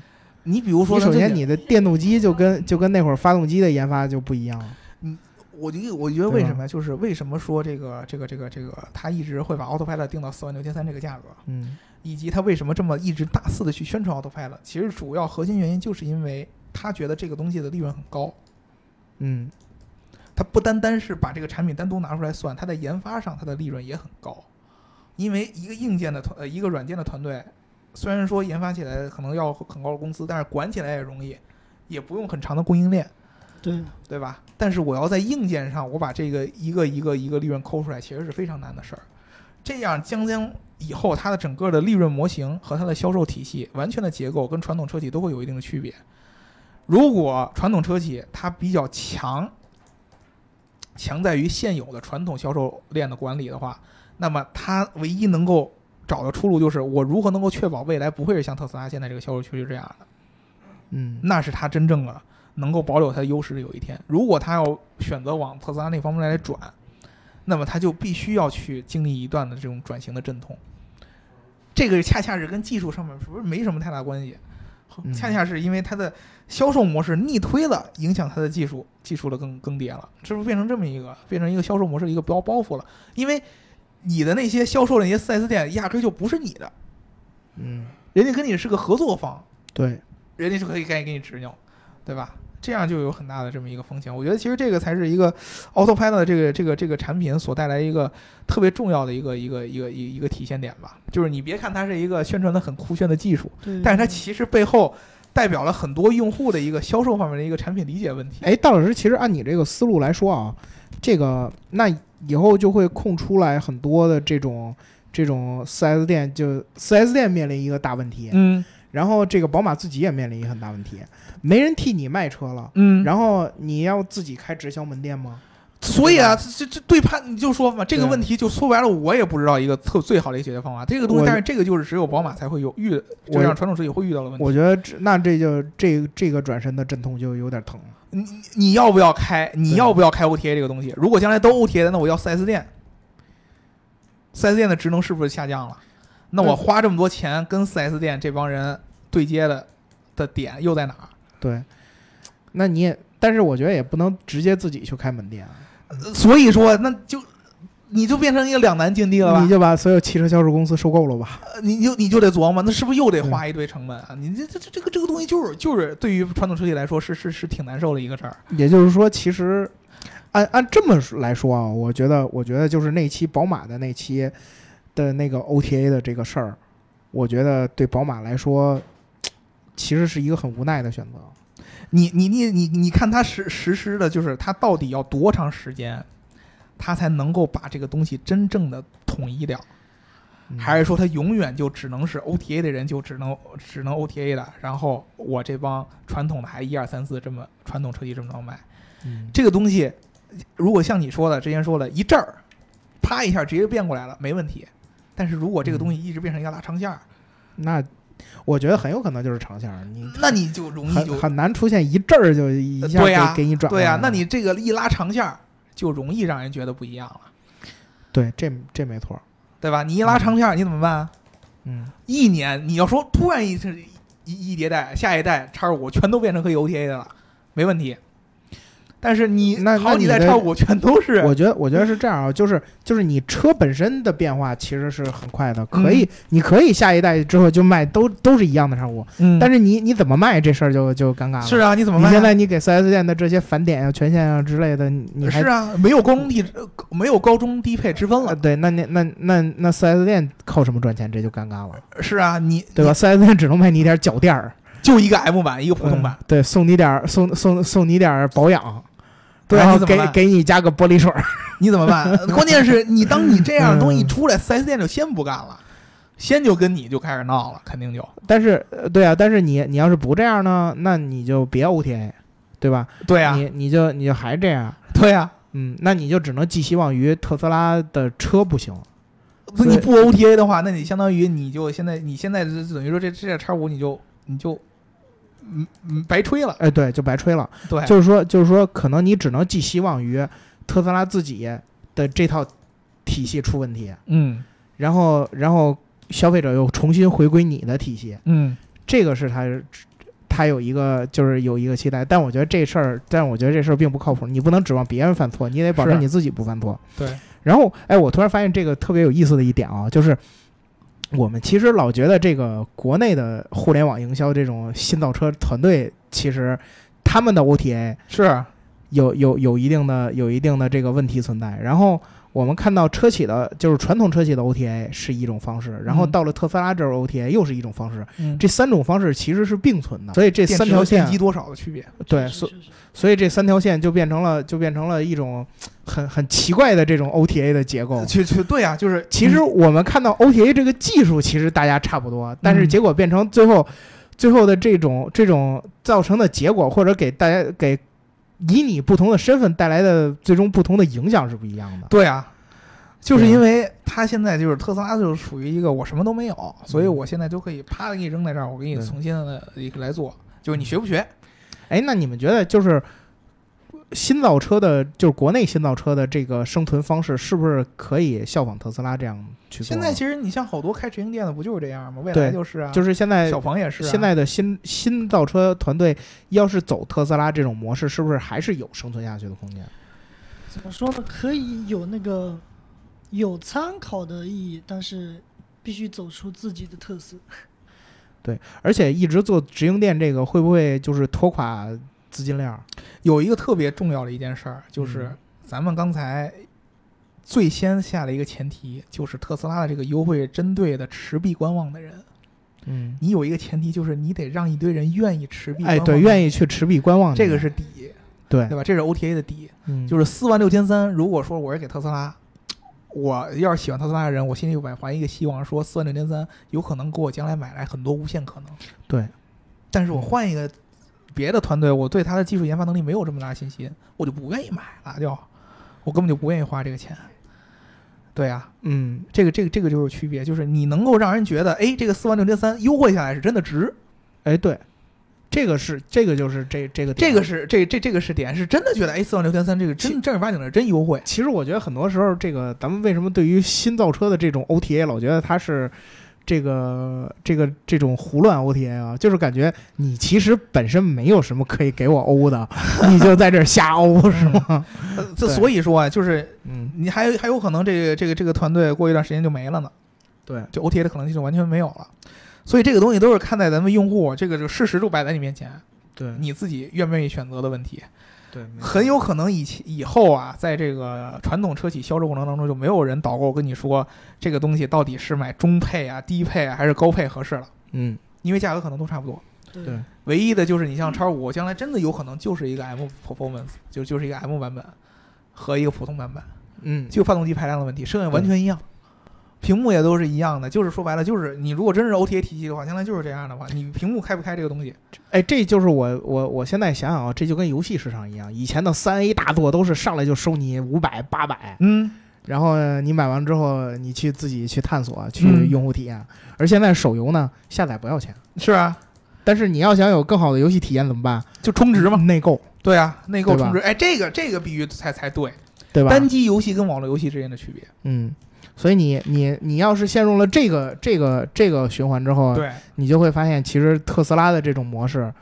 Speaker 3: 你比如说
Speaker 2: 你首
Speaker 3: 呢，这
Speaker 2: 先
Speaker 3: 你
Speaker 2: 你的电动机就跟就跟那会儿发动机的研发就不一样了。
Speaker 3: 我觉得我觉得
Speaker 2: 对
Speaker 3: 为
Speaker 2: 吧啊
Speaker 3: 什么就是为什么说这个这个这个这个他一直会把 Autopilot 定到四万六千三这个价格，
Speaker 2: 嗯
Speaker 3: 以及他为什么这么一直大肆的去宣传 Autopilot，其实主要核心原因就是因为他觉得这个东西的利润很高。
Speaker 2: 嗯
Speaker 3: 它不单单是把这个产品单独拿出来算，它在研发上它的利润也很高，因为一个硬件的团呃一个软件的团队，虽然说研发起来可能要很高的工资，但是管起来也容易，也不用很长的供应链，
Speaker 4: 对，
Speaker 3: 对吧？但是我要在硬件上，我把这个一个一个一个利润抠出来，其实是非常难的事儿。这样将将以后它的整个的利润模型和它的销售体系完全的结构跟传统车企都会有一定的区别。如果传统车企它比较强，强在于现有的传统销售链的管理的话，那么它唯一能够找的出路就是我如何能够确保未来不会是像特斯拉现在这个销售趋势这样的。
Speaker 2: 嗯
Speaker 3: 那是他真正的能够保有他的优势的有一天。如果他要选择往特斯拉那方面来转，那么他就必须要去经历一段的这种转型的阵痛。这个恰恰是跟技术上面是不是没什么太大关系
Speaker 2: 嗯，
Speaker 3: 恰恰是因为它的销售模式逆推了，影响它的技术技术的更更迭了，这不是变成这么一个变成一个销售模式的一个包包袱了？因为你的那些销售的那些 4S 店压根儿就不是你的，
Speaker 2: 嗯，
Speaker 3: 人家跟你是个合作方，
Speaker 2: 对，
Speaker 3: 人家就可以该给你执拗，对吧？这样就有很大的这么一个风险。我觉得其实这个才是一个 Autopilot 的这个这个这个产品所带来一个特别重要的一个一个一个一个一个体现点吧。就是你别看它是一个宣传的很酷炫的技术，
Speaker 2: 嗯
Speaker 4: 对
Speaker 3: 但是它其实背后代表了很多用户的一个销售方面的一个产品理解问题。
Speaker 2: 哎，大老师，其实按你这个思路来说啊，这个那以后就会空出来很多的这种这种 4S 店，就 4S 店面临一个大问题，
Speaker 3: 嗯
Speaker 2: 然后这个宝马自己也面临一个很大问题，没人替你卖车了，
Speaker 3: 嗯
Speaker 2: 然后你要自己开直销门店吗？
Speaker 3: 所以啊，
Speaker 2: 对
Speaker 3: 这这这对判你就说嘛，这个
Speaker 2: 对
Speaker 3: 问题就说白了，我也不知道一个特最好的一个解决方法。这个东西，
Speaker 2: 我
Speaker 3: 但是这个就是只有宝马才会有遇，就
Speaker 2: 我
Speaker 3: 像传统车企会遇到的问题。
Speaker 2: 我觉得这那这就这这个转身的阵痛就有点疼。
Speaker 3: 你你要不要开？你
Speaker 2: 对
Speaker 3: 要不要开 OTA 这个东西？如果将来都 OTA 的，那我要 4S 店，4S 店的职能是不是下降了？那我
Speaker 2: 嗯
Speaker 3: 花这么多钱跟 4S 店这帮人对接的的点又在哪儿？
Speaker 2: 对，那你也，但是我觉得也不能直接自己去开门店啊，
Speaker 3: 呃所以说，那就你就变成一个两难境地了吧
Speaker 2: 你？就把所有汽车销售公司收购了吧。
Speaker 3: 呃你就你就得琢磨，那是不是又得花一堆成本啊？你这这这这个这个东西就是就是对于传统车企来说是是是挺难受的一个事儿。
Speaker 2: 也就是说，其实按按这么说来说啊，我觉得，我觉得就是那期宝马的那期的那个 OTA 的这个事儿，我觉得对宝马来说，其实是一个很无奈的选择。
Speaker 3: 你你你你你看他实实施的，就是他到底要多长时间，他才能够把这个东西真正的统一掉？
Speaker 2: 嗯
Speaker 3: 还是说他永远就只能是 OTA 的人就只能只能 OTA 的，然后我这帮传统的还一二三四这么传统车企这么着卖？
Speaker 2: 嗯
Speaker 3: 这个东西，如果像你说的之前说的一阵儿，啪一下直接变过来了，没问题。但是如果这个东西一直变成一个拉长线儿，
Speaker 2: 那我觉得很有可能就是长线儿，你
Speaker 3: 那你就容
Speaker 2: 嗯
Speaker 3: 易
Speaker 2: 很
Speaker 3: 就
Speaker 2: 很难出现一阵儿就一下
Speaker 3: 对呀
Speaker 2: 给给你转过
Speaker 3: 对
Speaker 2: 来
Speaker 3: 呀、
Speaker 2: 了
Speaker 3: 那你这个一拉长线儿，就容易让人觉得不一样了，
Speaker 2: 对这这没错儿，
Speaker 3: 对吧？你一拉长线儿，你怎么办啊？
Speaker 2: 嗯
Speaker 3: 一年你要说突然一次一一迭代，下一代叉五全都变成可以 OTA 的了，没问题。但是你
Speaker 2: 那
Speaker 3: 好
Speaker 2: 那
Speaker 3: 几
Speaker 2: 你
Speaker 3: 代
Speaker 2: 的
Speaker 3: 超五全都是
Speaker 2: 我觉得，我觉得是这样啊，就是就是你车本身的变化其实是很快的，可
Speaker 3: 嗯
Speaker 2: 以，你可以下一代之后就卖都都是一样的产物，
Speaker 3: 嗯
Speaker 2: 但是你你怎么卖这事儿就就尴尬了。
Speaker 3: 是啊，你怎么
Speaker 2: 嗯你
Speaker 3: 卖啊
Speaker 2: 现在你给4 S 店的这些返点啊、权限啊之类的，你你还
Speaker 3: 是啊，没有高中低呃没有高中低配之分
Speaker 2: 呃
Speaker 3: 了。
Speaker 2: 对，那你那那那4 S 店靠什么赚钱？这就尴尬了，
Speaker 3: 是啊，你
Speaker 2: 呃对吧？4 S 店只能卖你点儿脚垫儿，
Speaker 3: 你就一个 M 版，一个普通版
Speaker 2: 嗯，对，送你点儿送送送你点儿保养，
Speaker 3: 对啊
Speaker 2: 然
Speaker 3: 你
Speaker 2: 后
Speaker 3: 怎么
Speaker 2: 给
Speaker 3: 办
Speaker 2: 给你加个玻璃水儿，
Speaker 3: 你怎么办？ 关键是你当你这样的东西一
Speaker 2: 嗯
Speaker 3: 出来，4S 店就先不干了，先就跟你就开始闹了，肯定就
Speaker 2: 但是呃对啊，但是你你要是不这样呢，那你就别 OTA，对吧？
Speaker 3: 对啊，
Speaker 2: 你你就你就还这样，
Speaker 3: 对啊，
Speaker 2: 嗯，那你就只能寄希望于特斯拉的车不行，
Speaker 3: 不是
Speaker 2: 所以
Speaker 3: 你不 OTA 的话，那你相当于你就现在你现在就等于说这这叉五你就你就嗯嗯白吹了，
Speaker 2: 哎，对，就白吹了。
Speaker 3: 对，
Speaker 2: 就是说，就是说，可能你只能寄希望于特斯拉自己的这套体系出问题，
Speaker 3: 嗯
Speaker 2: 然后，然后消费者又重新回归你的体系，
Speaker 3: 嗯
Speaker 2: 这个是他他有一个就是有一个期待，但我觉得这事儿，但我觉得这事儿并不靠谱，你不能指望别人犯错，你得保证
Speaker 3: 是啊
Speaker 2: 你自己不犯错。
Speaker 3: 对，
Speaker 2: 然后，哎，我突然发现这个特别有意思的一点啊，就是我们其实老觉得这个国内的互联网营销这种新造车团队，其实他们的 OTA
Speaker 3: 是啊
Speaker 2: 有有有一定的有一定的这个问题存在。然后我们看到车企的，就是传统车企的 OTA 是一种方式，然后
Speaker 3: 嗯
Speaker 2: 到了特斯拉这儿 OTA 又是一种方式，
Speaker 3: 嗯
Speaker 2: 这三种方式其实是并存的。所以这
Speaker 3: 电
Speaker 2: 三
Speaker 3: 池
Speaker 2: 条
Speaker 3: 和
Speaker 2: 线
Speaker 3: 电，机多少的区别，
Speaker 2: 对，
Speaker 4: 是
Speaker 2: 所
Speaker 4: 是是
Speaker 2: 所以这三条线就变成了就变成了一种很很奇怪的这种 OTA 的结构。
Speaker 3: 去去对 啊，就是
Speaker 2: 其实我们看到 OTA 这个技术，其实大家差不多，但是结果变成最后，最后的这种这种造成的结果，或者给大家给以你不同的身份带来的最终不同的影响是不一样的。
Speaker 3: 对啊，就是
Speaker 2: 对
Speaker 3: 因为它现在就是特斯拉就是属于一个我什么都没有，所以我现在就可以啪的给你扔在这儿，我给你
Speaker 2: 嗯对
Speaker 3: 重新的一个来做，就是你学不学？
Speaker 2: 哎，那你们觉得就是新造车的，就是国内新造车的这个生存方式，是不是可以效仿特斯拉这样去做
Speaker 3: 现
Speaker 2: 呢？
Speaker 3: 在其实你像好多开直营店的不就是这样吗？未
Speaker 2: 对
Speaker 3: 来就是啊，
Speaker 2: 就是现在
Speaker 3: 小鹏也是啊、
Speaker 2: 现在的新新造车团队，要是走特斯拉这种模式，是不是还是有生存下去的空间？
Speaker 4: 怎么说呢？可以有那个有参考的意义，但是必须走出自己的特色。
Speaker 2: 而且一直做直营店，这个会不会就是拖垮资金链儿？
Speaker 3: 有一个特别重要的一件事儿，就是
Speaker 2: 嗯
Speaker 3: 咱们刚才最先下了一个前提，就是特斯拉的这个优惠针对的持币观望的人。
Speaker 2: 嗯，
Speaker 3: 你有一个前提，就是你得让一堆人愿意持币，
Speaker 2: 哎，对，愿
Speaker 3: 意，
Speaker 2: 意去持币观望的
Speaker 3: 这个
Speaker 2: 人
Speaker 3: 是底，
Speaker 2: 对
Speaker 3: 对，吧？这是 OTA 的底，
Speaker 2: 嗯，
Speaker 3: 就是四万六千三。如果说我是给特斯拉，我要是喜欢特斯拉的人，我心里怀怀一个希望，说四万六千三有可能给我将来买来很多无限可能。
Speaker 2: 对，
Speaker 3: 但是我换一个别的团队，我对它的技术研发能力没有这么大信心，我就不愿意买了，就我根本就不愿意花这个钱。对啊，
Speaker 2: 嗯，
Speaker 3: 这个这个这个就是区别，就是你能够让人觉得，哎，这个四万六千三优惠下来是真的值，
Speaker 2: 哎，对，这个是这个就是这这个点
Speaker 3: 这个是这这这个是点，是真的觉得，哎，四万六千三这个真正儿八经的真优惠。
Speaker 2: 其实我觉得很多时候，这个咱们为什么对于新造车的这种 OTA 老觉得它是这个这个这种胡乱 OTA 啊，就是感觉你其实本身没有什么可以给我欧 的，你就在这儿瞎欧是吗？
Speaker 3: 呃这
Speaker 2: 嗯对
Speaker 3: 所以说啊，就是
Speaker 2: 嗯，
Speaker 3: 你还有还有可能这个这个这个团队过一段时间就没了呢，
Speaker 2: 对，
Speaker 3: 就 OTA 的可能性就完全没有了。所以这个东西都是看在咱们用户这个这个事实就摆在你面前，
Speaker 2: 对
Speaker 3: 你自己愿不愿意选择的问题。
Speaker 2: 对，
Speaker 3: 很有可能以前以后啊，在这个传统车企销售过程当中，就没有人导购跟你说这个东西到底是买中配啊、低配啊还是高配合适了，
Speaker 2: 嗯，
Speaker 3: 因为价格可能都差不多。
Speaker 4: 对
Speaker 2: 对
Speaker 3: 唯一的就是你像叉五，将来真的有可能就是一个 M performance，就就是一个 M 版本和一个普通版本。
Speaker 2: 嗯，
Speaker 3: 就发动机排量的问题，剩下完全一样，屏幕也都是一样的，就是说白了，就是你如果真是 OTA 体系的话，将来就是这样的话，你屏幕开不开这个东西，
Speaker 2: 哎，这就是我我我现在想想啊，这就跟游戏市场一样，以前的三 A 大作都是上来就收你五百八百，
Speaker 3: 嗯，
Speaker 2: 然后呢你买完之后你去自己去探索去
Speaker 3: 嗯
Speaker 2: 用户体验，而现在手游呢下载不要钱，
Speaker 3: 是啊，
Speaker 2: 但是你要想有更好的游戏体验怎么办？
Speaker 3: 就充值嘛，
Speaker 2: 内购
Speaker 3: 对啊，内购
Speaker 2: 对吧
Speaker 3: 充值，哎，这个这个比喻才才对，
Speaker 2: 对吧？
Speaker 3: 单机游戏跟网络游戏之间的区别，
Speaker 2: 嗯，所以你你你要是陷入了这个这个这个循环之后，
Speaker 3: 对，
Speaker 2: 你就会发现其实特斯拉的这种模式。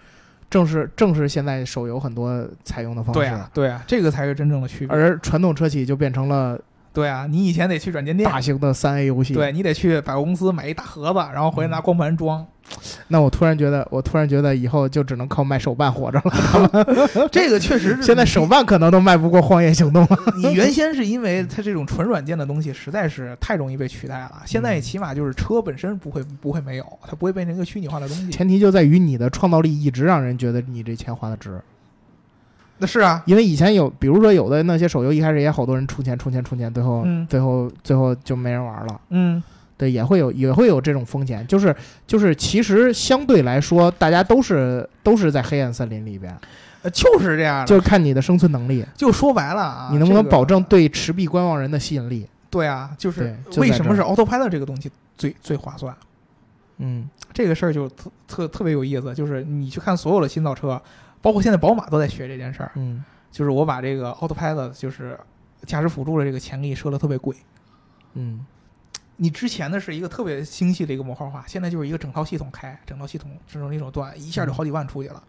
Speaker 2: 正是正是现在手游很多采用的方式。
Speaker 3: 对啊，对啊，这个才是真正的区别。
Speaker 2: 而传统车企就变成了
Speaker 3: 对啊，你以前得去软件店，
Speaker 2: 大型的三 A 游戏。嗯
Speaker 3: 对，你得去百货公司买一大盒子，然后回来拿光盘装。
Speaker 2: 那我突然觉得，我突然觉得以后就只能靠卖手办活着了。
Speaker 3: 这个确实是，
Speaker 2: 哎现在手办可能都卖不过《荒野行动》了。
Speaker 3: 你原先是因为它这种纯软件的东西实在是太容易被取代了，
Speaker 2: 嗯
Speaker 3: 现在起码就是车本身不会不会没有，它不会变成一个虚拟化的东西。
Speaker 2: 前提就在于你的创造力一直让人觉得你这钱花的值。
Speaker 3: 那是啊，
Speaker 2: 因为以前有，比如说有的那些手游一开始也好多人充钱、充钱、充钱，最后、
Speaker 3: 嗯
Speaker 2: 最后最后就没人玩了。
Speaker 3: 嗯，
Speaker 2: 对，也会有也会有这种风险，就是就是其实相对来说，大家都是都是在黑暗森林里边，
Speaker 3: 呃就是这样的。
Speaker 2: 就看你的生存能力，
Speaker 3: 就说白了啊，
Speaker 2: 你能不能
Speaker 3: 这个
Speaker 2: 保证对持币观望人的吸引力？
Speaker 3: 对啊，就是
Speaker 2: 对就在
Speaker 3: 为什么是
Speaker 2: 这
Speaker 3: Autopilot 这个东西最最划算？
Speaker 2: 嗯，
Speaker 3: 这个事儿就特特特别有意思，就是你去看所有的新造车，包括现在宝马都在学这件事儿，
Speaker 2: 嗯，
Speaker 3: 就是我把这个 Autopilot 就是驾驶辅助的这个钱给你设的特别贵。
Speaker 2: 嗯，
Speaker 3: 你之前的是一个特别精细的一个模块化，现在就是一个整套系统开，整套系统整成一种段，一
Speaker 2: 嗯
Speaker 3: 下就好几万出去了。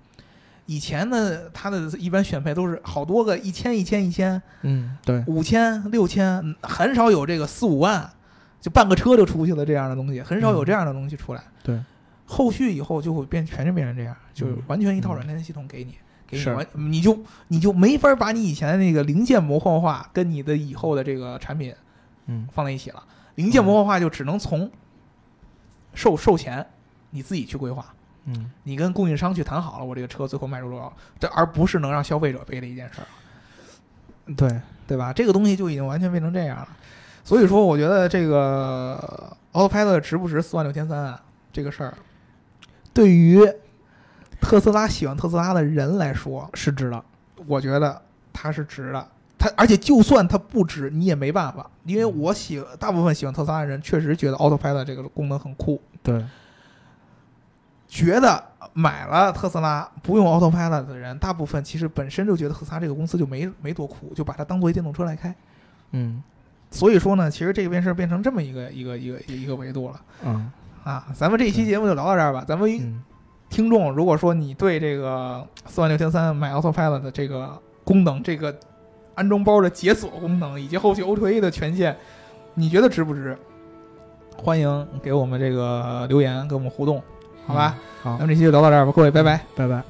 Speaker 3: 以前呢，它的一般选配都是好多个一千、一千、一千、
Speaker 2: 嗯，对，
Speaker 3: 五千、六千，嗯很少有这个四五万，就半个车就出去了这样的东西，很少有
Speaker 2: 嗯
Speaker 3: 这样的东西出来。
Speaker 2: 对，
Speaker 3: 后续以后就会变，全是变成这样，就是完全一套软件系统给你，给
Speaker 2: 嗯
Speaker 3: 你
Speaker 2: 是
Speaker 3: 完，你就你就没法把你以前的那个零件模块化跟你的以后的这个产品
Speaker 2: 嗯
Speaker 3: 放在一起了。零件模块化就只能从售售前你自己去规划，
Speaker 2: 嗯，
Speaker 3: 你跟供应商去谈好了，我这个车最后卖出多少，这而不是能让消费者背的一件事儿。
Speaker 2: 对，
Speaker 3: 对吧？这个东西就已经完全变成这样了。所以说，我觉得这个呃 Autopilot 值不值四万六千三啊？这个事儿，对于特斯拉喜欢特斯拉的人来说，
Speaker 2: 是值了。
Speaker 3: 我觉得它是值的。它而且就算它不值，你也没办法，因为
Speaker 2: 嗯
Speaker 3: 我喜大部分喜欢特斯拉的人确实觉得 Autopilot 这个功能很酷，
Speaker 2: 对，
Speaker 3: 觉得买了特斯拉不用 Autopilot 的人，大部分其实本身就觉得特斯拉这个公司就没没多酷，就把它当做一电动车来开。
Speaker 2: 嗯
Speaker 3: 所以说呢，其实这件事儿变成这么一个一个一个一个维度了
Speaker 2: 嗯
Speaker 3: 啊。咱们这一期节目就聊到这儿吧。咱们
Speaker 2: 嗯，
Speaker 3: 听众，如果说你对这个四万六千三买 Autopilot 的这个功能，这个安装包的解锁功能，以及后续 O2A 的权限，你觉得值不值？欢迎给我们这个留言，跟我们互动，好吧？
Speaker 2: 嗯好
Speaker 3: 咱，们这期就聊到这儿吧，各位，拜拜。
Speaker 2: 拜拜。